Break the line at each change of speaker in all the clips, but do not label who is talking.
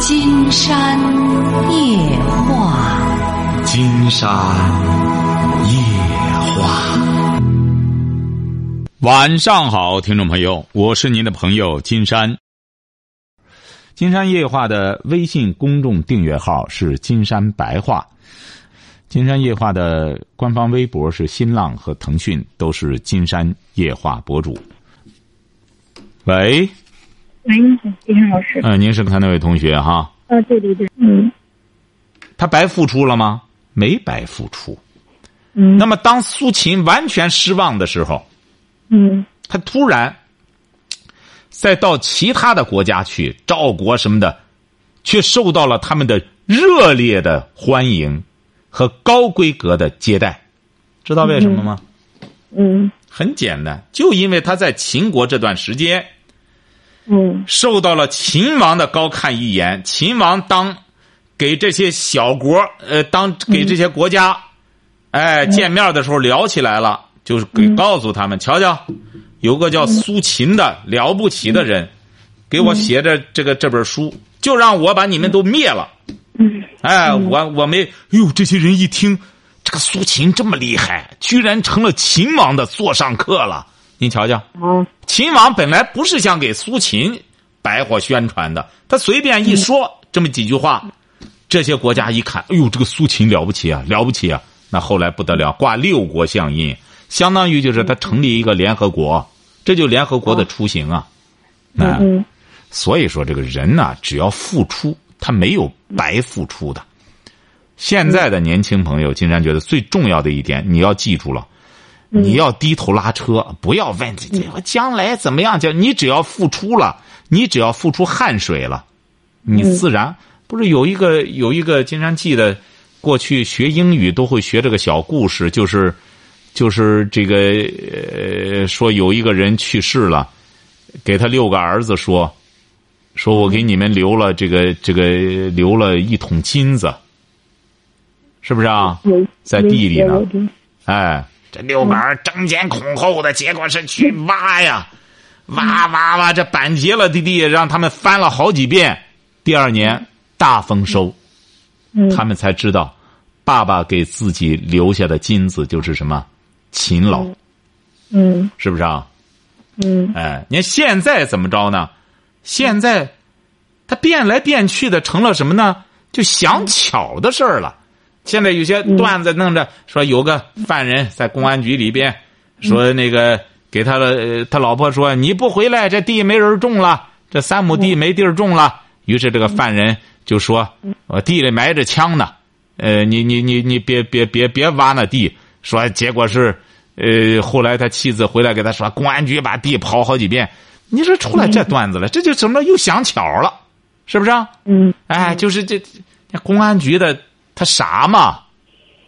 金山夜话。
金山夜话。晚上好，听众朋友，我是您的朋友金山。金山夜话的微信公众订阅号是“金山白话”，金山夜话的官方微博是新浪和腾讯，都是金山夜话博主。喂，
喂，你好，金山老师。
嗯、您是他那位同学哈？
啊，对对对，嗯
他白付出了吗？没白付出。
嗯
那么，当苏秦完全失望的时候，
嗯
他突然再到其他的国家去，赵国什么的，却受到了他们的热烈的欢迎和高规格的接待，知道为什么吗？
嗯
很简单，就因为他在秦国这段时间
嗯
受到了秦王的高看一眼，秦王当给这些小国呃当给这些国
嗯
家，哎见面的时候聊起来了，就是给告诉他们，瞧瞧，有个叫苏秦的了不起的人，给我写着这个这本书，就让我把你们都灭了。
嗯
哎，我我没，哎呦，这些人一听这个苏秦这么厉害，居然成了秦王的座上客了，您瞧瞧。
哦
秦王本来不是想给苏秦白话宣传的，他随便一说这么几句话，这些国家一看，哎呦，这个苏秦了不起啊，了不起啊！那后来不得了，挂六国相印，相当于就是他成立一个联合国，这就联合国的雏形啊。那
嗯
所以说，这个人呐，只要付出，他没有白付出的。现在的年轻朋友，金山觉得最重要的一点，你要记住了，你要低头拉车，不要问自己我将来怎么样。就你只要付出了，你只要付出汗水了，你自然不是有一个有一个金山记得，过去学英语都会学这个小故事，就是就是这个呃，说有一个人去世了，给他六个儿子说。说我给你们留了这个这个留了一桶金子，是不是啊？
有
在地里呢
有有有
哎，这六杆儿争先恐后的，结果是去挖呀，挖挖挖，这板结了的地，让他们翻了好几遍。第二年大丰收，
嗯
他们才知道，爸爸给自己留下的金子就是什么勤劳，
嗯
是不是啊？
嗯
哎，你看现在怎么着呢？现在他变来变去的，成了什么呢？就想巧的事儿了。现在有些段子弄着说，有个犯人在公安局里边说那个给他的、呃他老婆说你不回来，这地没人种了，这三亩地没地儿种了。于是这个犯人就说：“我地里埋着枪呢，呃，你你你你别别别别挖那地。”说结果是，呃，后来他妻子回来给他说，公安局把地刨好几遍。你说出来这段子了，这就怎么着又想巧了，是不是、啊？
嗯
哎，就是这，这公安局的他傻嘛，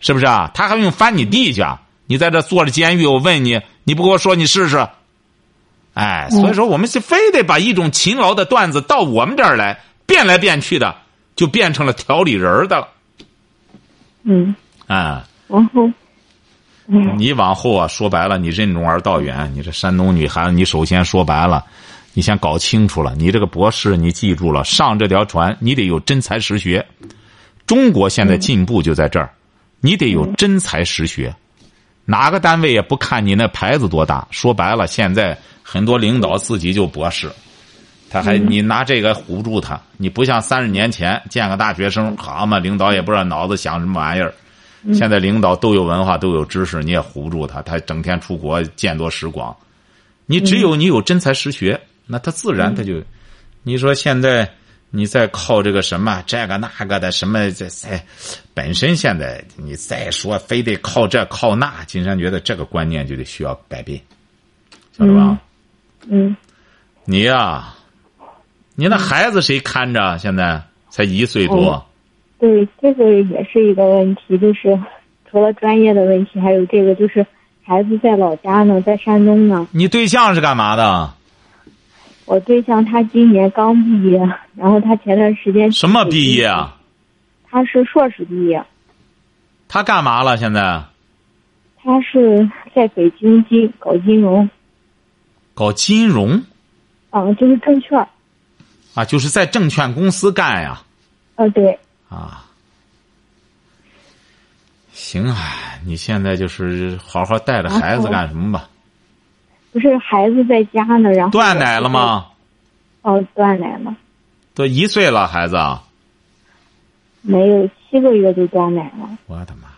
是不是啊？他还用翻你地去啊？你在这坐着监狱，我问你，你不跟我说你试试？哎，所以说我们是非得把一种勤劳的段子到我们这儿来变来变去的，就变成了调理人儿的了。
嗯，
啊、
然后嗯
你往后啊，说白了，你任重而道远。你这山东女孩，你首先说白了，你先搞清楚了，你这个博士，你记住了，上这条船，你得有真才实学。中国现在进步就在这儿，你得有真才实学。哪个单位也不看你那牌子多大，说白了，现在很多领导自己就博士，他还你拿这个唬不住他。你不像三十年前见个大学生，好嘛，领导也不知道脑子想什么玩意儿。
嗯
现在领导都有文化，都有知识，你也唬不住他。他整天出国，见多识广。你只有你有真才实
嗯
学，那他自然他就，你说现在你再靠这个什么这个那个的什么这这，本身现在你再说非得靠这靠那，金山觉得这个观念就得需要改变，晓得吧？
嗯嗯
你呀、你那孩子谁看着啊？现在才一岁多。
哦对，这个也是一个问题，就是除了专业的问题，还有这个就是孩子在老家呢，在山东呢。
你对象是干嘛的？
我对象他今年刚毕业，然后他前段时间
什么毕业？啊？
嗯他是硕士毕业，
他干嘛了？现在
他是在北京金搞金融，
搞金融
嗯，就是证券。
啊，就是在证券公司干呀。
呃，对，
啊，行啊，你现在就是好好带着孩子干什么吧？
不是孩子在家呢，然后
断奶了？吗？
哦，断奶了，
都一岁了，孩子啊，
没有七个月就断奶了。
我的妈！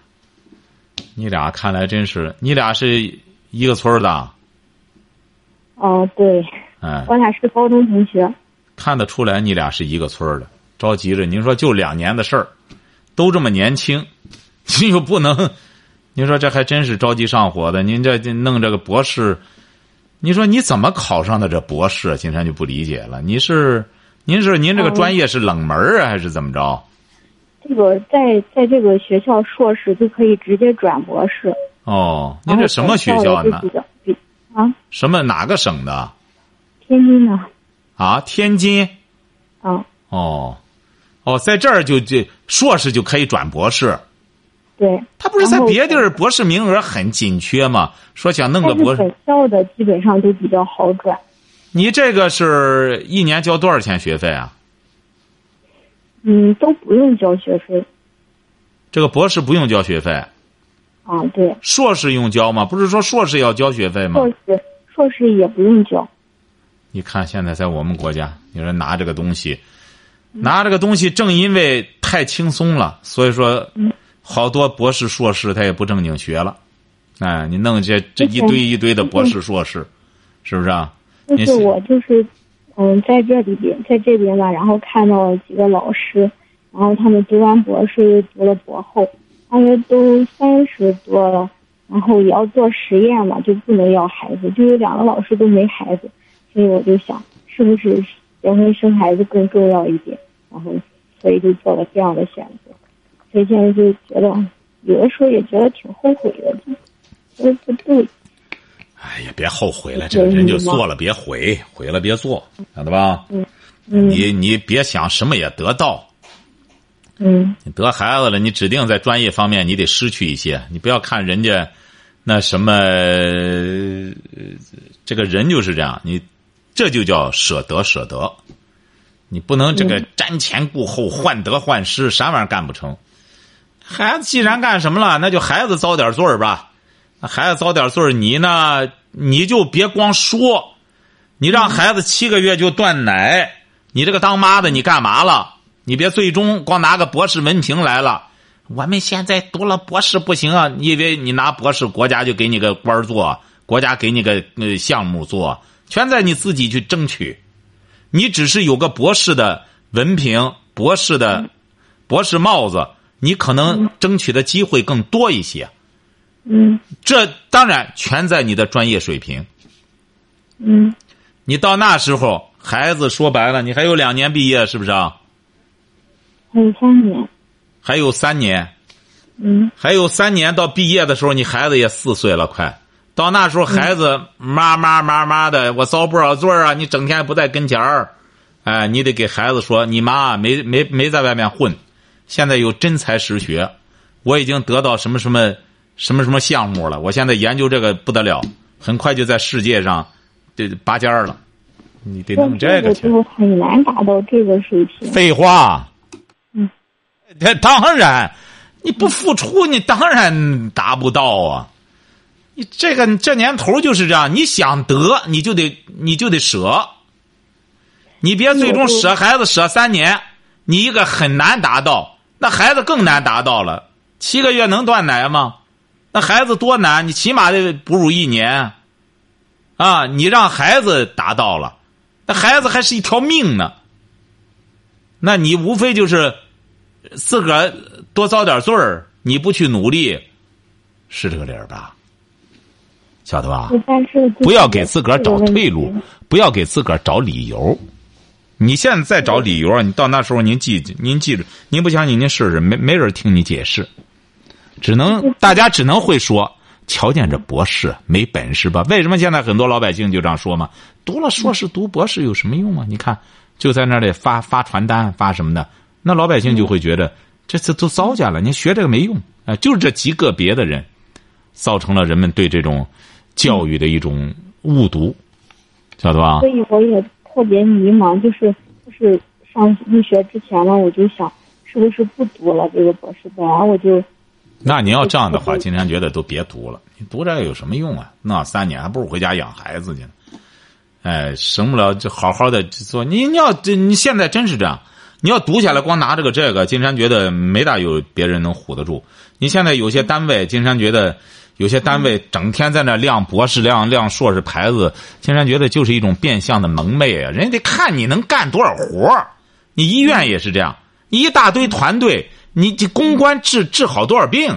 你俩看来真是，你俩是一个村儿的，
哦，对，
哎，
我俩是高中同学。
看得出来你俩是一个村儿的。着急着，您说就两年的事儿，都这么年轻， 您又不能，您说这还真是着急上火的。您这这弄这个博士，您说你怎么考上的这博士啊？金山就不理解了。你是您是您这个
哦
专业是冷门儿啊，还是怎么着？
这个在在这个学校硕士就可以直接转博士。
哦，您这什么学校
呢
呢？？
比啊，
什么哪个省的
天津的
啊？天津
啊，
哦，哦，在这儿就就硕士就可以转博士。
对。
他不是在
然后
别地儿博士名额很紧缺吗？说想弄个
但是
博士，
本校的基本上都比较好转，
你这个是一年交多少钱学费啊？
嗯，都不用交学费
这个博士不用交学费，
啊。对，
硕士用交吗？不是说硕士要交学费吗
硕？士硕士也不用交。
你看现在在我们国家，有人拿这个东西，拿这个东西，正因为太轻松了，所以说
嗯
好多博士、硕士他也不正经学了。哎，你弄这这一堆一堆的博士、硕士，是不是啊？
就
你
是我就是，嗯，在这里边，在这边吧，然后看到几个老师，然后他们读完博士又读了博后，他们都三十多了，然后也要做实验嘛，就不能要孩子，就有两个老师都没孩子，所以我就想，是不是结婚生孩子更重要一点？然后，所以就做了这样的选择，所以现在就觉得，有的时候也觉得挺后悔的，就觉得不对。
哎呀，别后悔了，这个人就做了别悔，悔了别做，晓得吧？
嗯
你你别想什么也得到，
嗯，
你得孩子了，你指定在专业方面你得失去一些。你不要看人家那什么，呃这个人就是这样，你这就叫舍得舍得。你不能这个瞻前顾后、患得患失，啥玩意儿干不成。孩子既然干什么了，那就孩子遭点罪儿吧。那孩子遭点罪儿，你呢，你就别光说，你让孩子七个月就断奶，你这个当妈的你干嘛了？你别最终光拿个博士文凭来了。我们现在读了博士不行啊！你以为你拿博士，国家就给你个官儿做，国家给你个呃项目做，全在你自己去争取。你只是有个博士的文凭、博士的博士帽子，你可能争取的机会更多一些。
嗯，
这当然全在你的专业水平。
嗯，
你到那时候，孩子说白了，你还有两年毕业，是不是啊？
还有三年。
还有三年。
嗯
还有三年到毕业的时候，你孩子也四岁了，快到那时候，孩子妈妈妈妈的，我遭不少罪儿啊！你整天不在跟前儿，哎，你得给孩子说，你妈没没没在外面混，现在有真才实学，我已经得到什么什么什么什么项目了，我现在研究这个不得了，很快就在世界上这拔尖儿了，你得，弄这个
个
去
就。很难达到这个水平。
废话。
嗯，
这当然，你不付出，你当然达不到啊。你这个这年头就是这样，你想得你就得你就得舍，你别最终舍孩子舍三年，你一个很难达到，那孩子更难达到了。七个月能断奶吗？那孩子多难，你起码得哺乳一年，啊，你让孩子达到了，那孩子还是一条命呢。那你无非就是自个儿多遭点罪儿，你不去努力，是这个理儿吧？晓得吧？
但是就是
不要给自个儿找退
这
路
个问题，
不要给自个儿找理由。你现在再找理由啊，你到那时候您记您记住，您不相信您试试，没没人听你解释，只能大家只能会说，瞧见这博士没本事吧？为什么现在很多老百姓就这样说嘛？读了硕士读博士有什么用啊？你看就在那里发发传单发什么的，那老百姓就会觉得这这都糟践了，你学这个没用啊、就是这极个别的人，造成了人们对这种教育的一种误读，晓得吧？
所以我也特别迷茫，就是不知是上入学之前呢，我就想是不是不读了这个博士，本来我就
那你要这样的话，金山觉得都别读了， 你读这有什么用啊？那三年还不如回家养孩子去呢。哎，省不了就好好的做。你你要这你现在真是这样，你要读下来光拿这个这个，金山觉得没大有别人能唬得住。你现在有些单位，金山觉得有些单位整天在那亮博士、亮亮硕士牌子，金山觉得就是一种变相的蒙昧啊。人家得看你能干多少活儿你医院也是这样，你一大堆团队，你这公关治治好多少病？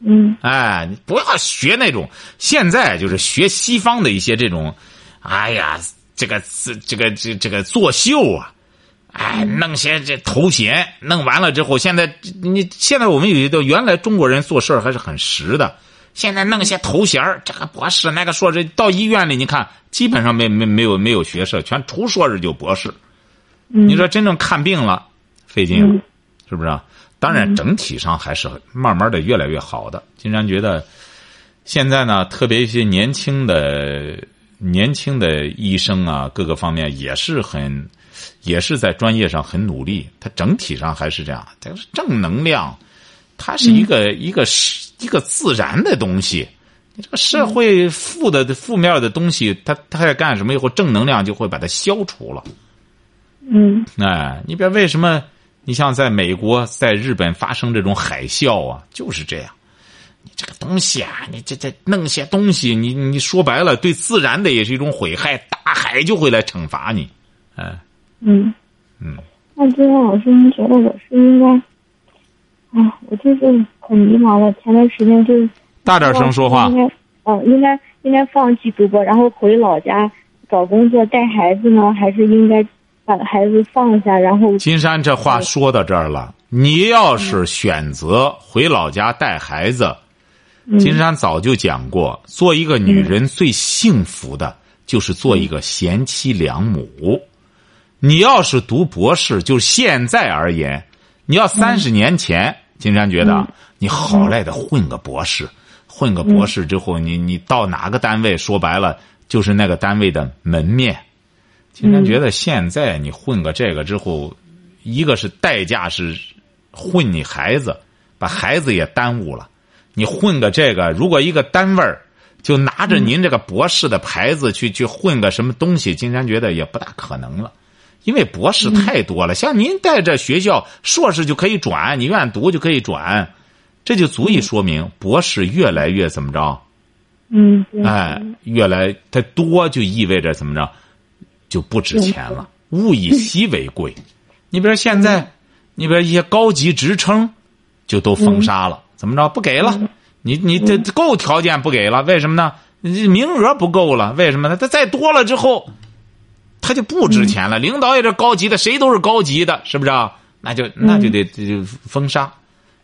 嗯
哎，你不要学那种现在就是学西方的一些这种，哎呀，这个这这个这这个作秀啊，哎，
嗯
弄些这头衔，弄完了之后，现在你现在我们有一个原来中国人做事儿还是很实的，现在弄些头衔儿这个博士那个硕士，到医院里你看基本上没没没有没有学士，全除硕士就博士。
嗯，
你说真正看病了，费劲了
嗯，
是不是啊？当然，整体上还是慢慢的越来越好的。金山觉得，现在呢，特别一些年轻的年轻的医生啊，各个方面也是很，也是在专业上很努力。他整体上还是这样，他是正能量，它是一个、一个是一个自然的东西。你这个社会负的负面的东西，它它在干什么以后，正能量就会把它消除了。
嗯
哎，你别为什么？你像在美国、在日本发生这种海啸啊，就是这样。你这个东西啊，你这这弄些东西，你你说白了，对自然的也是一种毁害，大海就会来惩罚你。哎，
嗯
嗯，
那金山老师，您觉得我是应该？哎，我就是很迷茫了。前段时间就是
大点声说话
应。该，嗯，应该应该放弃读博，然后回老家找工作带孩子呢，还是应该把孩子放下，然后
金山这话说到这儿了，你要是选择回老家带孩子，金山早就讲过，做一个女人最幸福的就是做一个贤妻良母。你要是读博士，就是现在而言，你要三十年前，金山觉得啊你好赖的混个博士，混个博士之后，你你到哪个单位，说白了就是那个单位的门面。金山觉得现在你混个这个之后，一个是代价是混你孩子，把孩子也耽误了。你混个这个，如果一个单位儿就拿着您这个博士的牌子去去混个什么东西，金山觉得也不大可能了，因为博士太多了。像您在这学校硕士就可以转，你愿意读就可以转，这就足以说明博士越来越怎么着？
嗯，对
哎，越来它多就意味着怎么着，就不值钱了。物以稀为贵，你比如现在，你比如一些高级职称，就都封杀了，怎么着不给了？你你这这够条件不给了，为什么呢？你这名额不够了，为什么呢？它再多了之后，它就不值钱了。领导也是高级的，谁都是高级的，是不是啊？那就那就得这就封杀。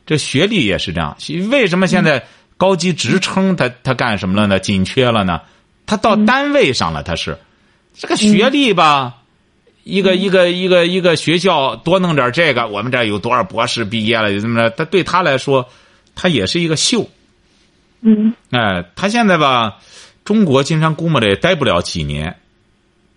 这学历也是这样。学为什么现在高级职称他他干什么了呢？紧缺了呢？他到单位上了，他是这个学历吧？一个一个一个一个学校多弄点这个，我们这儿有多少博士毕业了？有这么着？他对他来说，他也是一个秀。
嗯
哎，他现在吧，中国经常估摸着也待不了几年，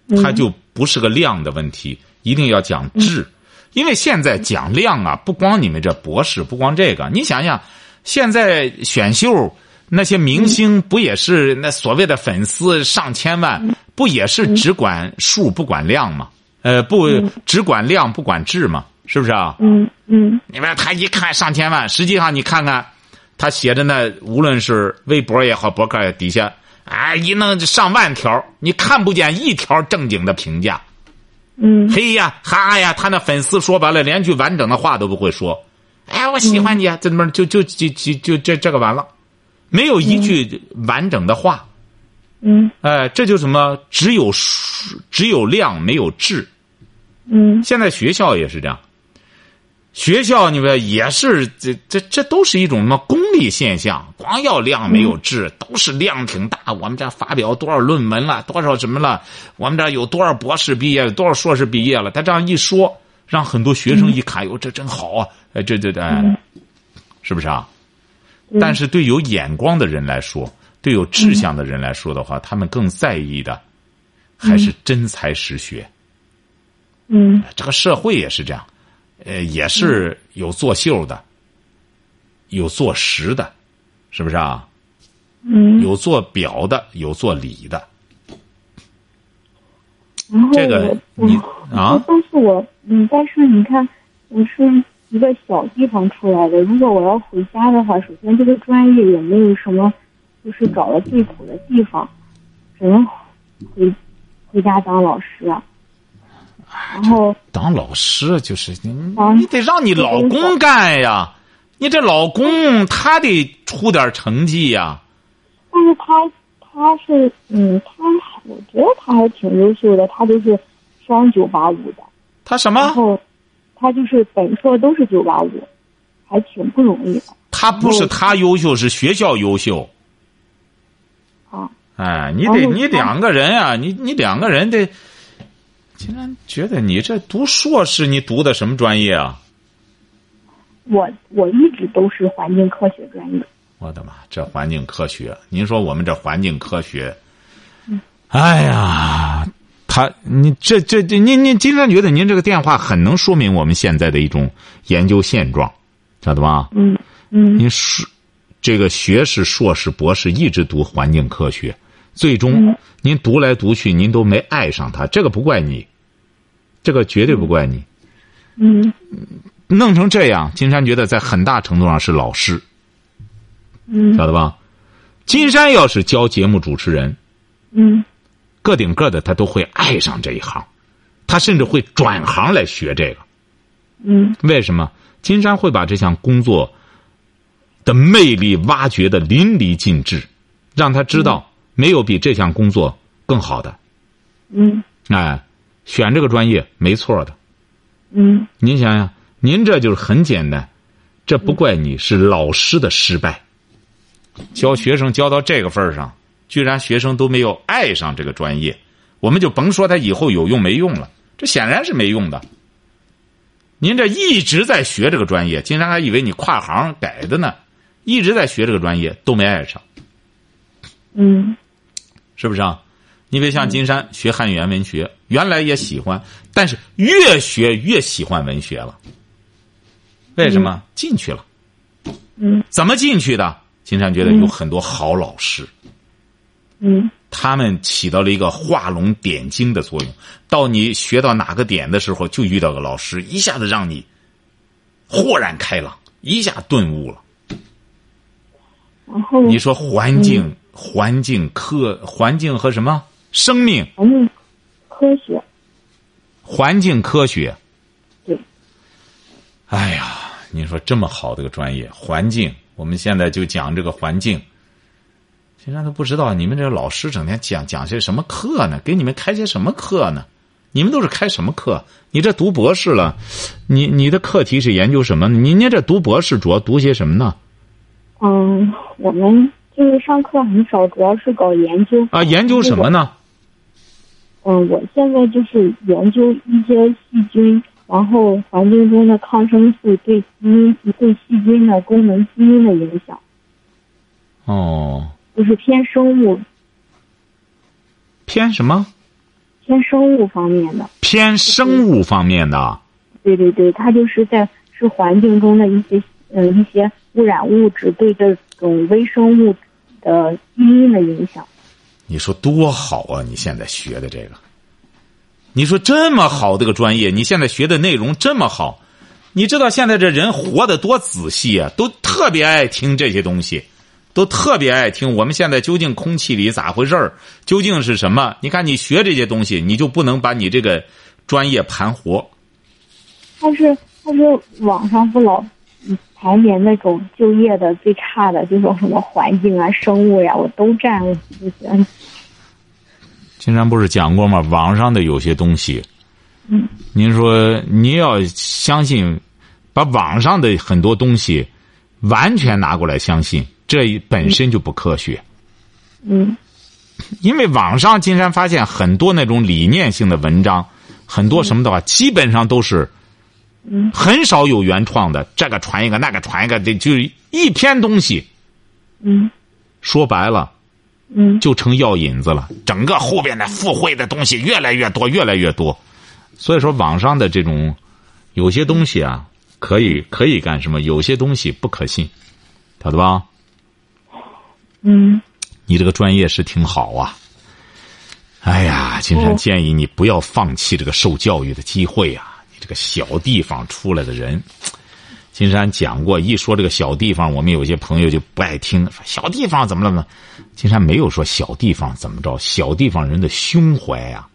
嗯
他就不是个量的问题，一定要讲质，因为现在讲量啊，不光你们这博士，不光这个，你想想，现在选秀那些明星不也是那所谓的粉丝上千万，不也是只管数不管量吗？呃，不只管量不管质嘛，是不是啊？
嗯嗯
你们他一看上千万，实际上你看看，他写着那无论是微博也好，博客也底下，哎，一弄就上万条，你看不见一条正经的评价。
嗯
嘿呀，哈呀，他那粉丝说白了，连句完整的话都不会说。哎，我喜欢你，啊，这么就就就就就这这个完了，没有一句完整的话。
嗯
哎，这就什么？只有数只有量，没有质。
嗯
现在学校也是这样，学校你们也是这这这都是一种什么功利现象，光要量没有质，都是量挺大。我们这发表多少论文了，多少什么了，我们这有多少博士毕业，多少硕士毕业了。他这样一说，让很多学生一看，哟、这真好啊！哎，这这这，哎是不是啊？但是对有眼光的人来说，对有志向的人来说的话，他们更在意的还是真才实学。
嗯
这个社会也是这样，呃，也是有作秀的，有做实的，是不是啊？
嗯，
有做表的，有做里的。
然后我
这个
嗯
你啊，
但是我嗯，但是你看，我是一个小地方出来的，如果我要回家的话，首先这个专业也没有什么，就是找了对口的地方，只能回回家当老师啊。然后
当老师就是你，
啊
你得让你老公干呀。你这老公他得出点成绩呀。
但是他他是嗯，他我觉得他还挺优秀的，他就是双九八五的，
他什
然
么？
后他就是本硕都是九八五，还挺不容易的
他不是他优秀，是学校优秀。
啊。
哎，你
然
得
后
你
他
两个人啊，你你两个人得。竟然觉得你这读硕士，你读的什么专业啊？
我我一直都是环境科学专业，
我的妈！这环境科学，您说我们这环境科学，
嗯
哎呀，他你这这这，您您今天觉得您这个电话很能说明我们现在的一种研究现状，晓得吧？
嗯嗯
您是这个学士、硕士、博士一直读环境科学，最
嗯
终您读来读去，您都没爱上它，这个不怪你，这个绝对不怪你。
嗯
弄成这样，金山觉得在很大程度上是老师。
嗯
晓得吧？金山要是教节目主持人，
嗯
个顶个的他都会爱上这一行，他甚至会转行来学这个。
嗯
为什么？金山会把这项工作的魅力挖掘的淋漓尽致，让他知道没有比这项工作更好的。
嗯
哎，选这个专业没错的。
嗯
您想想，您这就是很简单，这不怪你是老师的失败。教学生教到这个份儿上，居然学生都没有爱上这个专业，我们就甭说他以后有用没用了，这显然是没用的。您这一直在学这个专业，经常还以为你跨行改的呢，一直在学这个专业都没爱上，
嗯
是不是啊？你别像金山学汉语言文学，原来也喜欢，但是越学越喜欢文学了。为什么？进去了。
嗯
怎么进去的？金山觉得有很多好老师，
嗯
他们起到了一个画龙点睛的作用。到你学到哪个点的时候，就遇到个老师，一下子让你豁然开朗，一下顿悟了。
然后
你说环境、环境科、环境和什么生命、
环境科学，
环境科学
对。
哎呀，你说这么好的个专业，环境，我们现在就讲这个环境。竟然都不知道你们这老师整天讲讲些什么课呢？给你们开些什么课呢？你们都是开什么课？你这读博士了，你你的课题是研究什么？您您这读博士主要读些什么呢？
嗯，我们就是上课很少，主要是搞研究
啊，研究什么？呢？
嗯，我现在就是研究一些细菌，然后环境中的抗生素对基因对细菌的功能、基因的影响，
哦，
就是偏生物
偏什么？
偏生物方面的。
偏生物方面的。
对对对，它就是在是环境中的一些嗯、一些污染物质对这种微生物的基因的影响。
你说多好啊！你现在学的这个，你说这么好这个专业，你现在学的内容这么好，你知道现在这人活得多仔细啊，都特别爱听这些东西，都特别爱听我们现在究竟空气里咋回事儿，究竟是什么？你看你学这些东西，你就不能把你这个专业盘活。
但是但是网上不老嗯排名那种就业的最差的，就说什么环境啊、生物呀、我都占了不行。
经常不是讲过吗？网上的有些东西，
嗯，
您说您要相信，把网上的很多东西完全拿过来相信，这本身就不科学。
嗯
因为网上金山发现很多那种理念性的文章，很多什么的话，基本上都是，
嗯，
很少有原创的，这个传一个，那个传一个，这就是一篇东西，
嗯
说白了。
嗯
就成药引子了。整个后边的附会的东西越来越多，越来越多。所以说，网上的这种有些东西啊，可以可以干什么，有些东西不可信，晓得吧？
嗯
你这个专业是挺好啊。哎呀，金山
嗯
建议你不要放弃这个受教育的机会啊！你这个小地方出来的人，金山讲过，一说这个小地方，我们有些朋友就不爱听，说小地方怎么了呢？金山没有说小地方怎么着，小地方人的胸怀呀、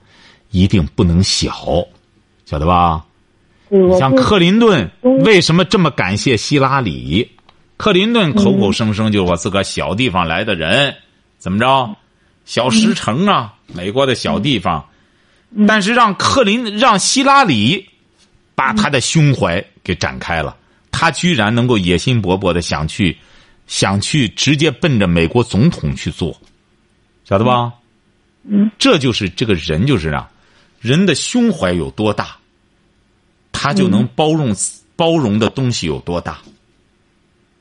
一定不能小，晓得吧？
对，我
像
就
克林顿
嗯
为什么这么感谢希拉里？克林顿口口声声就是我自个儿小地方来的人，怎么着？小石城啊，美国的小地方，但是让克林让希拉里把他的胸怀给展开了，他居然能够野心勃勃的想去，想去直接奔着美国总统去做，晓得吧？嗯，这就是这个人就是啊，人的胸怀有多大，他就能包容、包容的东西有多大。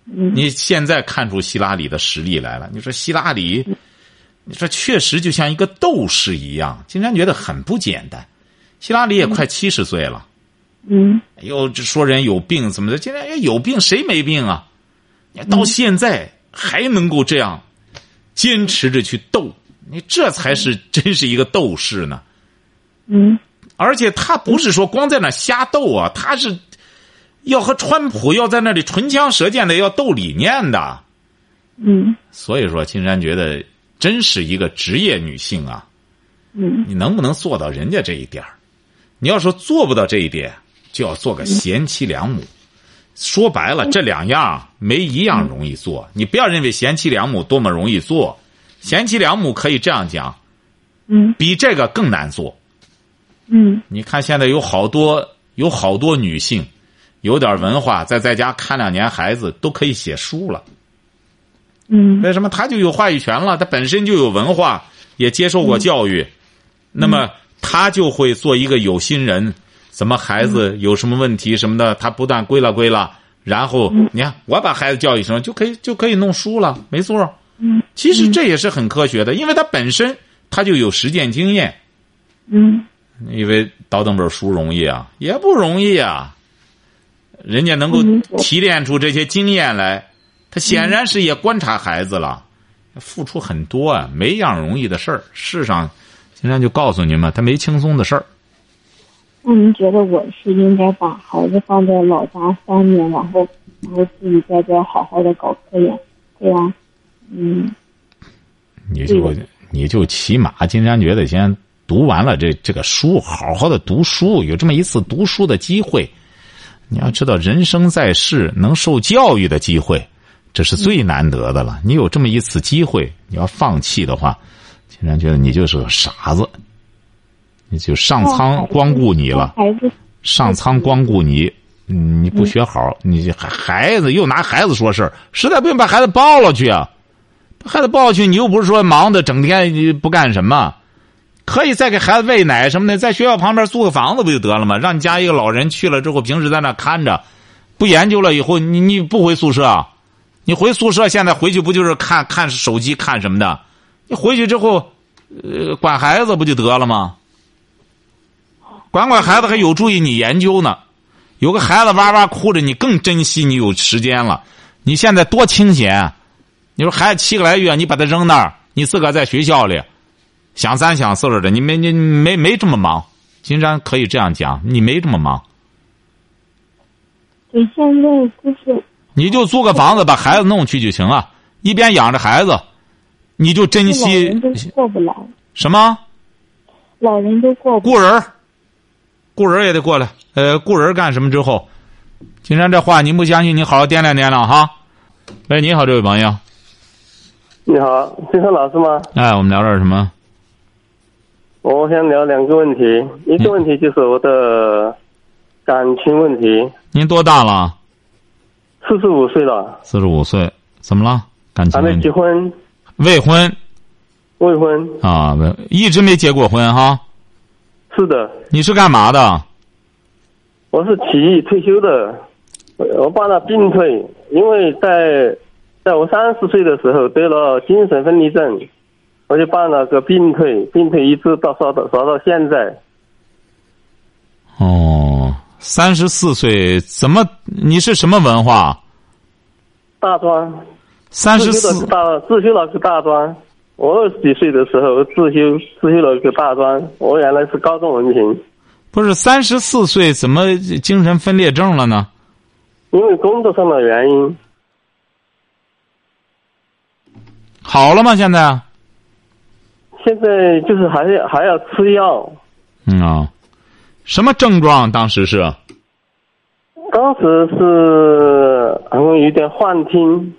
你现在看出希拉里的实力来了。你说希拉里，你说确实就像一个斗士一样，金山觉得很不简单。希拉里也快七十岁了，
嗯
哎呦，这说人有病怎么的？金山说有病谁没病啊？你到现在还能够这样坚持着去斗，你这才是真是一个斗士呢。
嗯
而且他不是说光在那瞎斗啊，他是要和川普要在那里唇枪舌剑的要斗理念的。
嗯
所以说，金山觉得真是一个职业女性啊，
嗯
你能不能做到人家这一点儿？你要说做不到这一点，就要做个贤妻良母。说白了，这两样没一样容易做。你不要认为贤妻良母多么容易做，贤妻良母可以这样讲，
嗯
比这个更难做。
嗯
你看现在有好多有好多女性，有点文化，再在家看两年孩子，都可以写书了。
嗯
为什么他就有话语权了？他本身就有文化，也接受过教
嗯
育，那么他就会做一个有心人。怎么孩子有什么问题什么的，他不但归了归了，然后
嗯
你看我把孩子教育成就可以就可以弄书了，没错儿。
嗯
其实这也是很科学的，因为他本身他就有实践经验。
嗯
因为倒腾本书容易啊，也不容易啊。人家能够
嗯
提炼出这些经验来，他显然是也观察孩子了，付出很多啊，没一样容易的事儿。世上，金山就告诉你们，他没轻松的事儿。
那您觉得我是应该把孩子放在老家三年，然后然后自己在这儿好好的搞科研，这样，嗯
你就
嗯
你就起码，金山觉得先读完了这这个书，好好的读书，有这么一次读书的机会。你要知道，人生在世，能受教育的机会，这是最难得的了。你有这么一次机会，你要放弃的话，金山觉得你就是个傻子，你就上
哦
苍光顾你了。
孩子，
上苍光顾你，嗯你不学好，你还孩子又拿孩子说事儿，实在不行把孩子抱了去啊，把孩子抱了去，你又不是说忙的整天你不干什么，可以再给孩子喂奶什么的，在学校旁边租个房子不就得了吗？让你家一个老人去了之后，平时在那看着，不研究了以后，你你不回宿舍啊，你回宿舍现在回去不就是看看手机看什么的？你回去之后，呃，管孩子不就得了吗？管管孩子还有助于你研究呢。有个孩子哇哇哭着，你更珍惜你有时间了。你现在多清闲啊，你说孩子七个来月，你把他扔那儿，你自个儿在学校里想三想四的，你没你没没这么忙。金山可以这样讲，你没这么忙，
对，现在就是
你就租个房子把孩子弄去就行了，一边养着孩子，你就珍
老
惜
人都过不来，
什么
老人都过不，
雇人儿，雇人儿也得过来。呃，雇人儿干什么之后，金山这话您不相信，你好好掂量掂量哈。喂，你好，这位朋友，
你好，金山老师吗？
哎，我们聊点什么？
我想聊两个问题，一个问题就是我的感情问题，
您多大了？
四十五岁了，
四十五岁，怎么了？感
还
情
没
问
结
题？
婚，
未婚
未婚。
啊，未一直没结过婚哈。
是的，
你是干嘛的？
我是起义退休的，我我爸那病退，因为在在我三十岁的时候得了精神分裂症，我就办了个病退，病退一直到刷到刷到现在。
哦，三十四岁，怎么你是什么文化？
大专，
三
自
十
修的是
四
大自修了个大专。我二十几岁的时候自修自修了个大专，我原来是高中文凭，
不是三十四岁，怎么精神分裂症了呢？
因为工作上的原因，
好了吗？现在？
现在就是还要还要吃药。
嗯啊、什么症状？当时是
当时是好像有点幻听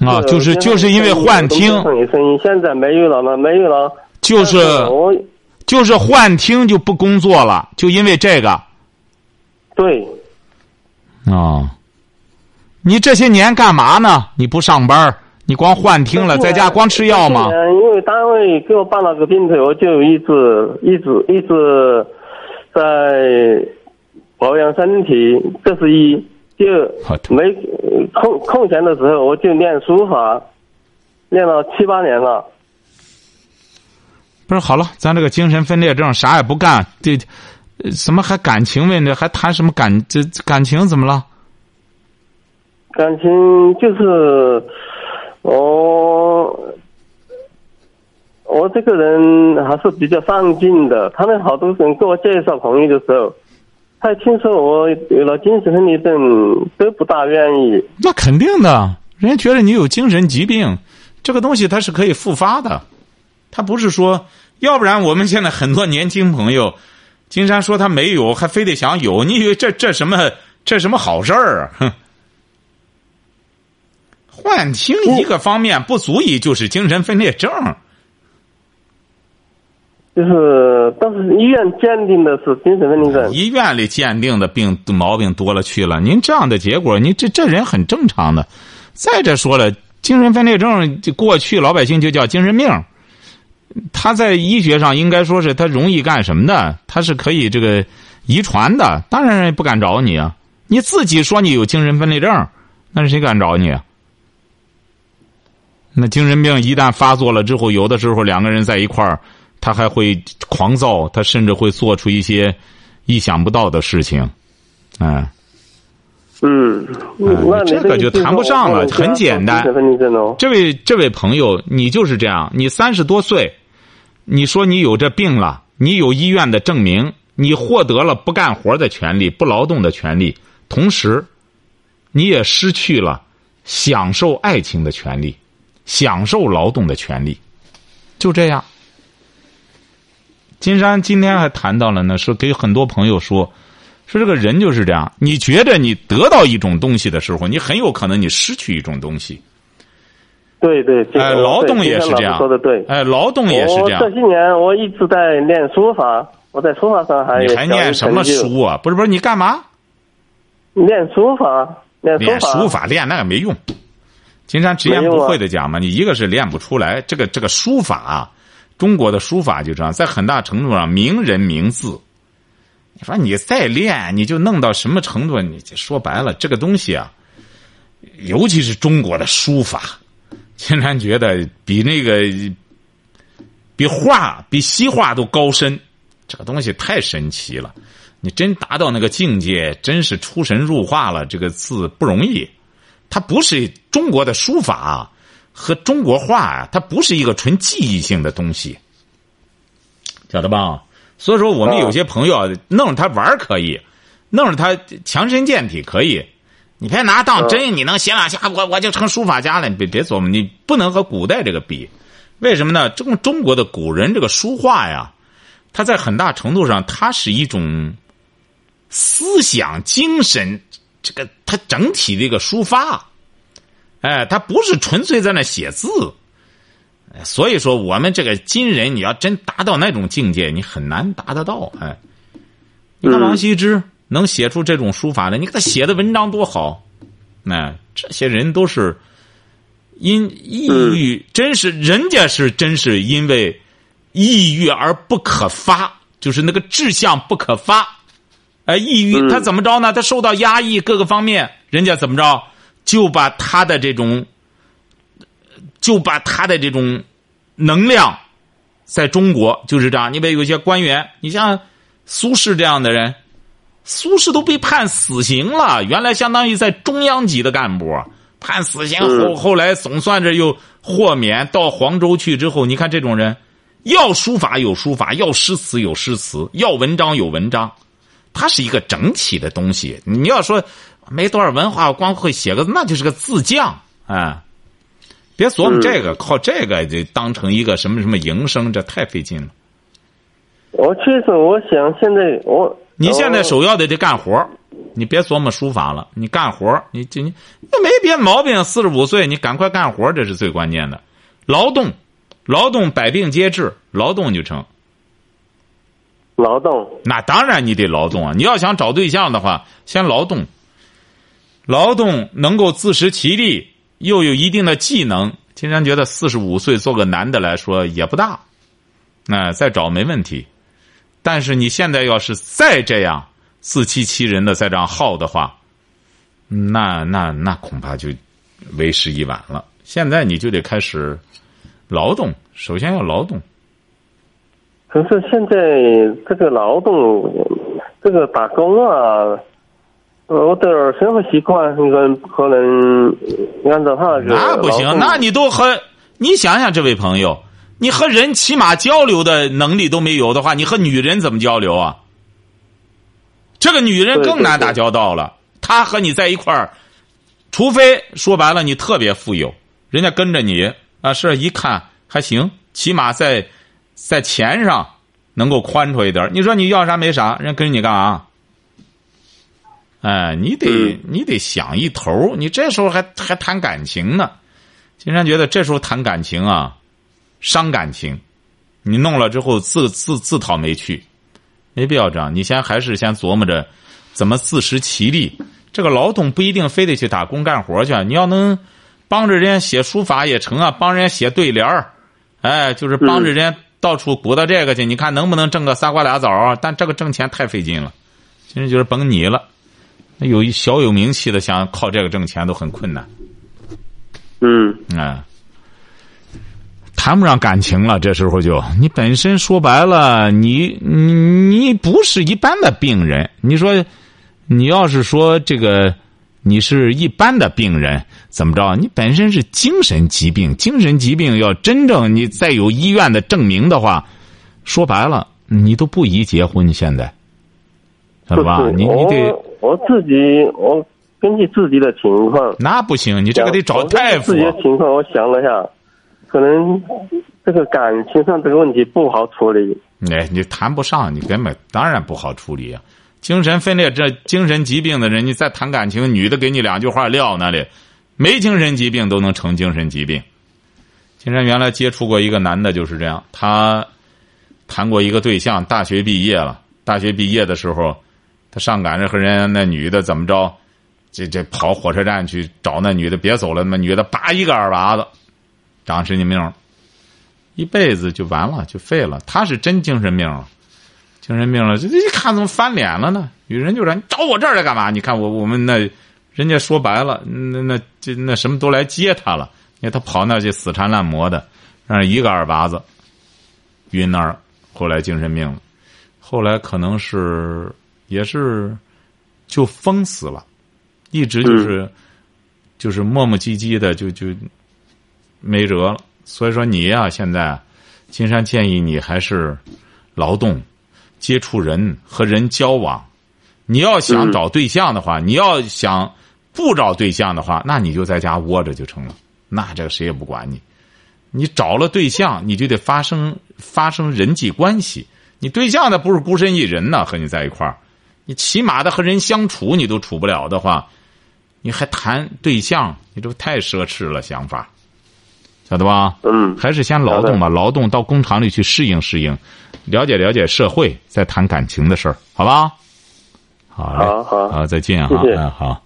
啊，就是就是因为幻听，
有声音，现在没有了吗？没有了，
就是
但我
就是幻听就不工作了，就因为这个啊、
对
你这些年干嘛呢？你不上班儿，你光幻听了，
这些
在家光吃药吗
去？年啊因为单位给我办了个病腿，我就一直一直一直在保养身体，这是一。就
好的
没呃空空闲的时候，我就练书法，练了七八年了。
不是，好了，咱这个精神分裂症啥也不干，这呃什么还感情问题，还谈什么感这这感情怎么了？
感情就是我，我这个人还是比较上进的。他们好多人给我介绍朋友的时候，他听说我有了精神分裂症，都不大愿意。
那肯定的，人家觉得你有精神疾病，这个东西它是可以复发的，它不是说，要不然我们现在很多年轻朋友，金山说他没有，还非得想有，你以为这这什么这什么好事儿啊？哼，幻听一个方面不足以就是精神分裂症，
就是，但是医院鉴定的是精神分裂症，
哎医院里鉴定的病毛病多了去了，您这样的结果，您这这人很正常的。再者说了，精神分裂症就过去老百姓就叫精神病，他在医学上应该说是他容易干什么的，他是可以这个遗传的，当然人家不敢找你啊。你自己说你有精神分裂症，那谁敢找你啊？啊那精神病一旦发作了之后，有的时候两个人在一块儿，他还会狂躁，他甚至会做出一些意想不到的事情，哎，
嗯，那你
这个就
意思是
谈不上了
我
很简单
我有精神分裂症哦，
这位这位朋友，你就是这样，你三十多岁，你说你有这病了，你有医院的证明，你获得了不干活的权利、不劳动的权利，同时，你也失去了享受爱情的权利，享受劳动的权利，就这样。金山今天还谈到了呢，说给很多朋友说，说这个人就是这样，你觉得你得到一种东西的时候，你很有可能你失去一种东西。
对对，这个
哎，
对
劳动
金
也
山
是
老
这
师
样，
说的对，
哎，劳动也是这样
我。这些年我一直在练书法，我在书法上还有
你还
小有
念什么
成就
书啊？不是不是，你干嘛？
练书法，练书
练
法，
书法练那个没用。金山直言不讳的讲嘛，你一个是练不出来，这个这个书法啊，中国的书法就这样，在很大程度上名人名字。你说你再练，你就弄到什么程度？你说白了，这个东西啊，尤其是中国的书法，金山觉得比那个比画、比西画都高深。这个东西太神奇了，你真达到那个境界，真是出神入化了。这个字不容易，它不是中国的书法啊和中国画啊，它不是一个纯记忆性的东西，晓得吧？所以说，我们有些朋友啊弄着他玩儿可以，弄着他强身健体可以，你别拿当真，你能写两下，我我就成书法家了。你别别琢磨，你不能和古代这个比，为什么呢？中中国的古人这个书画呀，它在很大程度上，它是一种思想精神，这个它整体的一个抒发，哎，它不是纯粹在那写字。哎所以说，我们这个今人，你要真达到那种境界，你很难达得到。哎，你看王羲之能写出这种书法来，你看他写的文章多好，哎，这些人都是因抑郁，真是人家是真是因为抑郁而不可发，就是那个志向不可发。哎，抑郁
嗯
他怎么着呢？他受到压抑各个方面，人家怎么着就把他的这种，就把他的这种能量，在中国就是这样。你比如有些官员，你像苏轼这样的人，苏轼都被判死刑了，原来相当于在中央级的干部判死刑后，
嗯
后来总算是又豁免。到黄州去之后，你看这种人，要书法有书法，要诗词有诗词，要文章有文章，它是一个整体的东西。你要说没多少文化，光会写个字，那就是个字匠啊。别琢磨这个，靠这个就当成一个什么什么营生，这太费劲了。
我确实，我想现在我
你现在
我
首要的得干活儿你别琢磨书法了，你干活儿你这你那没别的毛病，四十五岁你赶快干活儿这是最关键的。劳动，劳动百病皆治，劳动就成。
劳动，
那当然你得劳动啊！你要想找对象的话，先劳动。劳动能够自食其力，又有一定的技能，金山觉得四十五岁做个男的来说也不大，那、再找没问题。但是你现在要是再这样自欺欺人的再这样耗的话，那那那恐怕就为时已晚了。现在你就得开始劳动，首先要劳动。
可是现在这个劳动，这个打工啊，呃我的生活习惯很可能可能按照他那个
那不
劳
行，
动
那你都和你想想，这位朋友，你和人起码交流的能力都没有的话，你和女人怎么交流啊？这个女人
对
更
对
难
对
打交道了。她和你在一块儿，除非说白了你特别富有，人家跟着你啊，是一看还行，起码在在钱上能够宽绰一点儿。你说你要啥没啥，人家跟着你干嘛？哎，你得
嗯
你得想一头儿，你这时候还还谈感情呢。金山觉得这时候谈感情啊，伤感情，你弄了之后自自自讨没趣，没必要这样。你先还是先琢磨着怎么自食其力。这个劳动不一定非得去打工干活去啊，你要能帮着人家写书法也成啊，帮人家写对联儿，哎，就是帮着人家到处鼓捣这个去，你看能不能挣个仨瓜俩枣儿啊？但这个挣钱太费劲了，其实就是甭你了。那有一小有名气的，想靠这个挣钱都很困难
嗯。
啊、谈不上感情了，这时候就你本身说白了，你你你不是一般的病人。你说，你要是说这个你是一般的病人，怎么着？你本身是精神疾病，精神疾病要真正你再有医院的证明的话，说白了，你都不宜结婚。现在，是吧？
不是
你你得
我我自己，我根据自己的情况，
那不行，你这个得找
我根据
大夫啊
自。己的情况，我想了一下，可能这个感情上这个问题不好处理。
哎，你谈不上，你根本当然不好处理啊。精神分裂这精神疾病的人，你再谈感情，女的给你两句话撂那里，没精神疾病都能成精神疾病。金山原来接触过一个男的，就是这样，他谈过一个对象，大学毕业了，大学毕业的时候，他上赶着和人家那女的怎么着，这这跑火车站去找那女的，别走了，那女的叭一个耳巴子，长神经病了。一辈子就完了，就废了。他是真精神病啊了，精神病了，这这一看怎么翻脸了呢？有人就说：“你找我这儿来干嘛？”你看我我们那，人家说白了，那那这那什么都来接他了，你看他跑那儿去死缠烂磨的，让人一个耳巴子晕那儿，后来精神病了，后来可能是也是就疯死了，一直就是、就是磨磨唧唧的，就就没辙了。所以说你呀、现在金山建议你还是劳动，接触人和人交往。你要想
嗯
找对象的话，你要想不找对象的话，那你就在家窝着就成了。那这个谁也不管你。你找了对象，你就得发生发生人际关系。你对象那不是孤身一人呢，和你在一块儿，你起码的和人相处你都处不了的话，你还谈对象，你这不太奢侈了想法，晓得吧？
嗯，
还是先劳动吧，劳动到工厂里去适应适应，了解了解社会，再谈感情的事儿，好吧？好嘞，
好好
好，再见啊，
谢谢
嗯，好。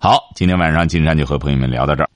好，今天晚上金山就和朋友们聊到这儿。